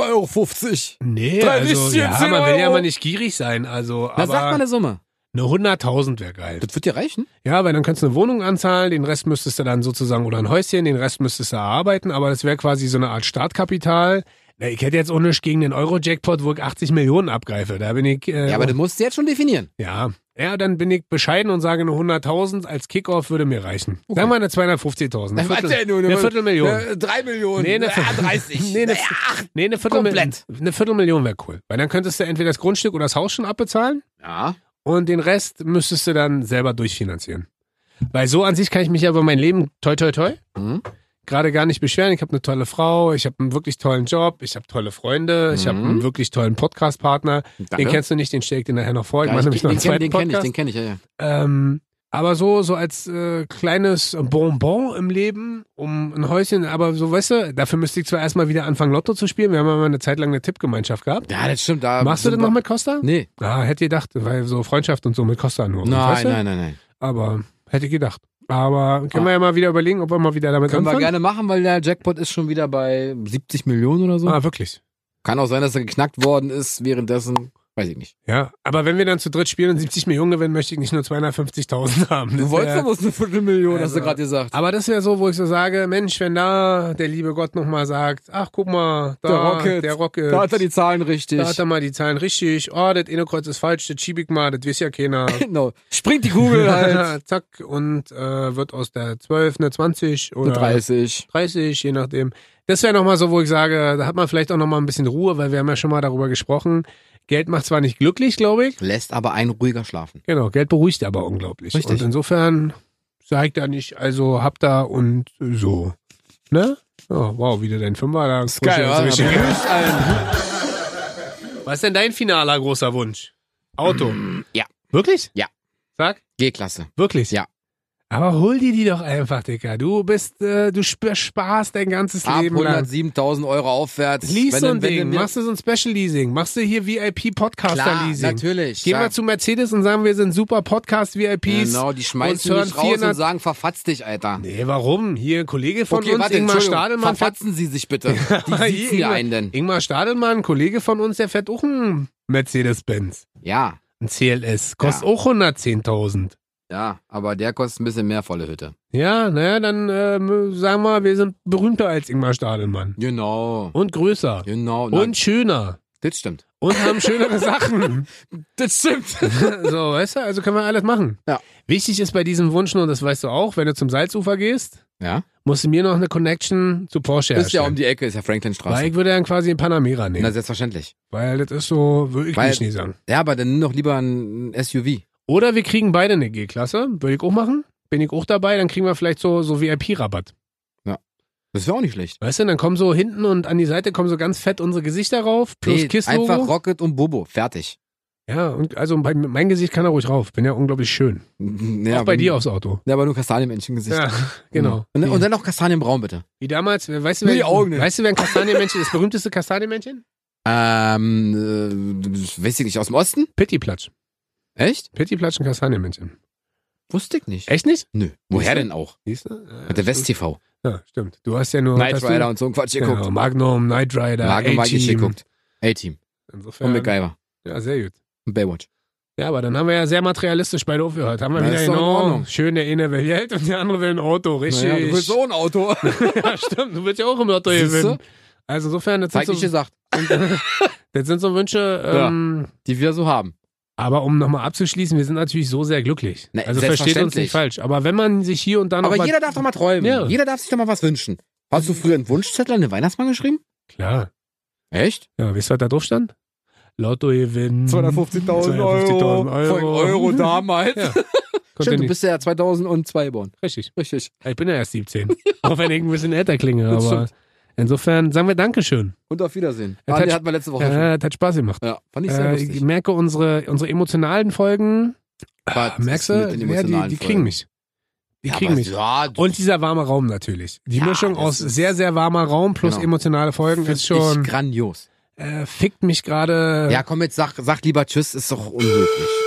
B: 2,50 Euro.
A: Nee,
B: Drei
A: also,
B: Würstchen,
A: ja,
B: 10
A: man will ja
B: Euro.
A: mal nicht gierig sein. Also,
B: Na,
A: aber
B: sag mal eine Summe.
A: eine 100.000 wäre geil.
B: Das wird dir reichen?
A: Ja, weil dann kannst du eine Wohnung anzahlen, den Rest müsstest du dann sozusagen, oder ein Häuschen, den Rest müsstest du erarbeiten, aber das wäre quasi so eine Art Startkapital. Na, ich hätte jetzt auch nichts gegen den Euro-Jackpot, wo ich 80 Millionen abgreife. Da bin ich, äh,
B: Ja, aber das musst du jetzt schon definieren.
A: ja. Ja, dann bin ich bescheiden und sage, eine 100.000 als Kickoff würde mir reichen. Sagen wir eine 250.000. Eine, Viertel,
B: Warte, nur eine-
A: eine Viertelmillion.
B: Äh, Drei Millionen.
A: Nee,
B: Nee,
A: ne-
B: ne, ja, 30.
A: Nee, ne-
B: Ja, acht.
A: Nee, eine Viertelmillion.
B: Komplett.
A: Eine Viertelmillion wäre cool. Weil dann könntest du entweder das Grundstück oder das Haus schon abbezahlen
B: Ja.
A: und den Rest müsstest du dann selber durchfinanzieren. Weil so an sich kann ich mich ja über mein Leben toi toi toi
B: Hm?
A: gerade gar nicht beschweren. Ich habe eine tolle Frau, ich habe einen wirklich tollen Job, ich habe tolle Freunde, ich
B: Mhm.
A: habe einen wirklich tollen Podcast-Partner. Den
B: Danke.
A: kennst du nicht, den stelle ich dir nachher noch vor. Ich
B: Ja,
A: mache nämlich noch
B: den
A: einen
B: kenn-
A: zweiten
B: den kenne ich,
A: Podcast.
B: den kenne ich, ja, ja.
A: ähm, aber so, so als äh, kleines Bonbon im Leben, um ein Häuschen, aber so, weißt du, dafür müsste ich zwar erstmal wieder anfangen, Lotto zu spielen. Wir haben ja mal eine Zeit lang eine Tippgemeinschaft gehabt.
B: Ja, das stimmt. Da
A: Machst du das
B: sind
A: noch
B: wir-
A: mit Costa?
B: Nee.
A: Ah, hätte gedacht, weil so Freundschaft und so mit Costa nur. weißt
B: Nein,
A: du?
B: nein, nein, nein.
A: Aber hätte ich gedacht. Aber können wir ja mal wieder überlegen, ob wir mal wieder damit
B: Können wir
A: anfangen.
B: gerne machen, weil der Jackpot ist schon wieder bei 70 Millionen oder so.
A: ah, wirklich.
B: Kann auch sein, dass er geknackt worden ist währenddessen. Weiß ich nicht.
A: Ja, aber wenn wir dann zu dritt spielen und 70 Millionen gewinnen, möchte ich nicht nur 250.000 haben.
B: Äh,
A: Das wär,
B: bloß eine Viertelmillion,
A: hast du gerade
B: gesagt.
A: aber das wäre so, wo ich so sage, Mensch, wenn da der liebe Gott nochmal sagt, ach guck mal, da,
B: Der Rocket.
A: der Rocket,
B: Da hat er die Zahlen richtig.
A: da hat er mal die Zahlen richtig, oh, das eine Kreuz ist falsch, das schieb ich mal, das weiß ja keiner.
B: genau. Springt die Kugel halt.
A: Zack, und äh, wird aus der 12 eine 20 oder
B: Eine 30.
A: 30, je nachdem. Das wäre nochmal so, wo ich sage, da hat man vielleicht auch nochmal ein bisschen Ruhe, weil wir haben ja schon mal darüber gesprochen. Geld macht zwar nicht glücklich, glaube ich,
B: Lässt aber einen ruhiger schlafen.
A: Genau, Geld beruhigt aber unglaublich.
B: Richtig.
A: Und insofern zeigt da nicht, also hab da und so. Ne? Oh, wow, wieder dein Fünfer da.
B: oder?
A: Großer-
B: Begrüßt einen.
A: Was ist denn dein finaler großer Wunsch? Auto.
B: ja.
A: Wirklich?
B: Ja.
A: Sag,
B: G-Klasse.
A: wirklich?
B: Ja.
A: Aber hol dir die doch einfach, Dicker. Du bist, äh, du sp- sparst dein ganzes
B: Ab
A: Leben lang.
B: 107.000 Euro aufwärts.
A: Lies
B: Wenn
A: so
B: du-
A: ein
B: wenn du
A: Ding.
B: mir-
A: Machst du so ein Special Leasing? Machst du hier
B: Klar,
A: VIP-Podcaster-Leasing?
B: natürlich.
A: Geh
B: Ja.
A: mal zu Mercedes und sagen, wir sind super Podcast-VIPs.
B: Genau, die schmeißen
A: und hören
B: mich raus
A: 400
B: und sagen, verfatz dich, Alter.
A: Nee, warum? Hier ein Kollege von
B: okay,
A: uns,
B: warte,
A: Ingmar
B: Entschuldigung.
A: Stadelmann. fährt-
B: Verfatzen Sie sich bitte. Die
A: Hier,
B: sitzen hier
A: Ingmar-
B: einen denn.
A: Ingmar Stadelmann, ein Kollege von uns, der fährt auch einen Mercedes-Benz.
B: Ja.
A: Ein CLS. Kostet
B: Ja.
A: auch 110.000.
B: Ja, aber der kostet ein bisschen mehr volle Hütte.
A: Ja, naja, dann ähm, sagen wir, wir sind berühmter als Ingmar Stadelmann.
B: Genau.
A: Und größer.
B: Genau. na,
A: Und schöner.
B: das stimmt.
A: Und haben schönere Sachen.
B: Das stimmt.
A: So, weißt du, also können wir alles machen.
B: Ja.
A: Wichtig ist bei diesem Wunsch, und das weißt du auch, wenn du zum Salzufer gehst,
B: Ja.
A: musst du mir noch eine Connection zu Porsche
B: Ist ja um
A: herstellen.
B: die Ecke, ist ja Franklinstraße.
A: Weil ich würde dann quasi einen Panamera nehmen.
B: Na, selbstverständlich.
A: weil das ist so, würde ich
B: Weil-
A: nicht nie sagen.
B: Ja, aber dann nimm doch lieber ein SUV.
A: Oder wir kriegen beide eine G-Klasse, würde ich auch machen. Bin ich auch dabei, dann kriegen wir vielleicht so, so VIP-Rabatt.
B: Das wäre auch nicht schlecht.
A: Weißt du, dann kommen so hinten und an die Seite kommen so ganz fett unsere Gesichter rauf, plus
B: Nee,
A: Kiss-Logo.
B: einfach Rocket und Bobo. Fertig.
A: Ja, und also bei, mein Gesicht kann da ruhig rauf. Bin ja unglaublich schön.
B: Ja,
A: auch bei
B: aber-
A: dir aufs Auto.
B: Ja, aber nur Kastanienmenschengesicht.
A: Ja, genau.
B: Und, und dann noch Kastanienbraun, bitte.
A: Wie damals, weißt du,
B: Nur
A: wer,
B: die Augen nicht.
A: weißt du, wer ein Kastanienmännchen, das berühmteste Kastanienmännchen?
B: Ähm, äh, weiß ich nicht, aus dem Osten?
A: Pittiplatsch.
B: Echt?
A: Pittiplatsch ein Kastanienmännchen.
B: Wusste ich nicht.
A: Echt nicht?
B: Nö. Woher denn auch?
A: Siehst du? Ja,
B: Der West-TV.
A: Ja, stimmt. Du hast ja nur
B: Knight
A: hast du-
B: Rider und so ein Quatsch geguckt.
A: Genau, Magnum, Knight Rider,
B: Magnum hab ich
A: A-Team.
B: geguckt. A-Team. Und
A: Insofern,
B: MacGyver.
A: ja, sehr gut.
B: Und Baywatch.
A: Ja, aber dann haben wir ja sehr materialistisch beide aufgehört. Haben wir
B: Na,
A: wieder
B: ist doch in
A: genau,
B: Ordnung.
A: schön, der eine will Geld und der andere will ein Auto, richtig.
B: Naja, du willst so ein Auto.
A: ja, stimmt, du willst ja auch im Lotto
B: Siehste?
A: gewinnen. Also insofern, das
B: Zeig
A: sind,
B: nicht
A: so,
B: gesagt.
A: das sind so Wünsche,
B: Ja.
A: ähm,
B: Die wir so haben.
A: aber um nochmal abzuschließen, wir sind natürlich so sehr glücklich.
B: Na,
A: also versteht uns nicht
B: selbstverständlich.
A: falsch. Aber wenn man sich hier und da noch
B: Aber
A: was-
B: jeder darf doch mal träumen.
A: Ja.
B: Jeder darf sich doch mal was wünschen. Hast du früher einen Wunschzettel an den Weihnachtsmann geschrieben?
A: Klar.
B: Echt?
A: Ja, wisst ihr, was da drauf stand? Lotto gewinnen.
B: 250.000 Euro.
A: 250.000 Euro.
B: Von Euro damals.
A: Ja, Konnte
B: Stimmt, du
A: nicht.
B: bist ja 2002 geboren.
A: Richtig.
B: Richtig.
A: Ich bin ja erst 17. auch wenn ich ein bisschen älter klinge.
B: Das
A: Aber insofern sagen wir Dankeschön.
B: Und auf Wiedersehen.
A: Ja,
B: Ah,
A: Touch-
B: nee, hatten wir letzte Woche schon.
A: Ja, das hat Spaß gemacht.
B: Ja, fand ich sehr
A: Äh, ich
B: lustig.
A: merke, unsere, unsere emotionalen Folgen, Ah,
B: Aber
A: merkst du,
B: das mit den
A: ja, die,
B: emotionalen
A: die kriegen
B: Folgen.
A: mich. Die
B: Ja,
A: kriegen
B: aber-
A: mich.
B: Ja, du-
A: Und dieser warme Raum natürlich. Die
B: Ja,
A: Mischung
B: das
A: aus
B: ist-
A: sehr, sehr warmer Raum plus
B: Genau.
A: emotionale Folgen
B: find
A: ist schon,
B: Ich grandios.
A: äh, fickt mich gerade.
B: Ja, komm jetzt, sag, sag lieber Tschüss, ist doch unhöflich.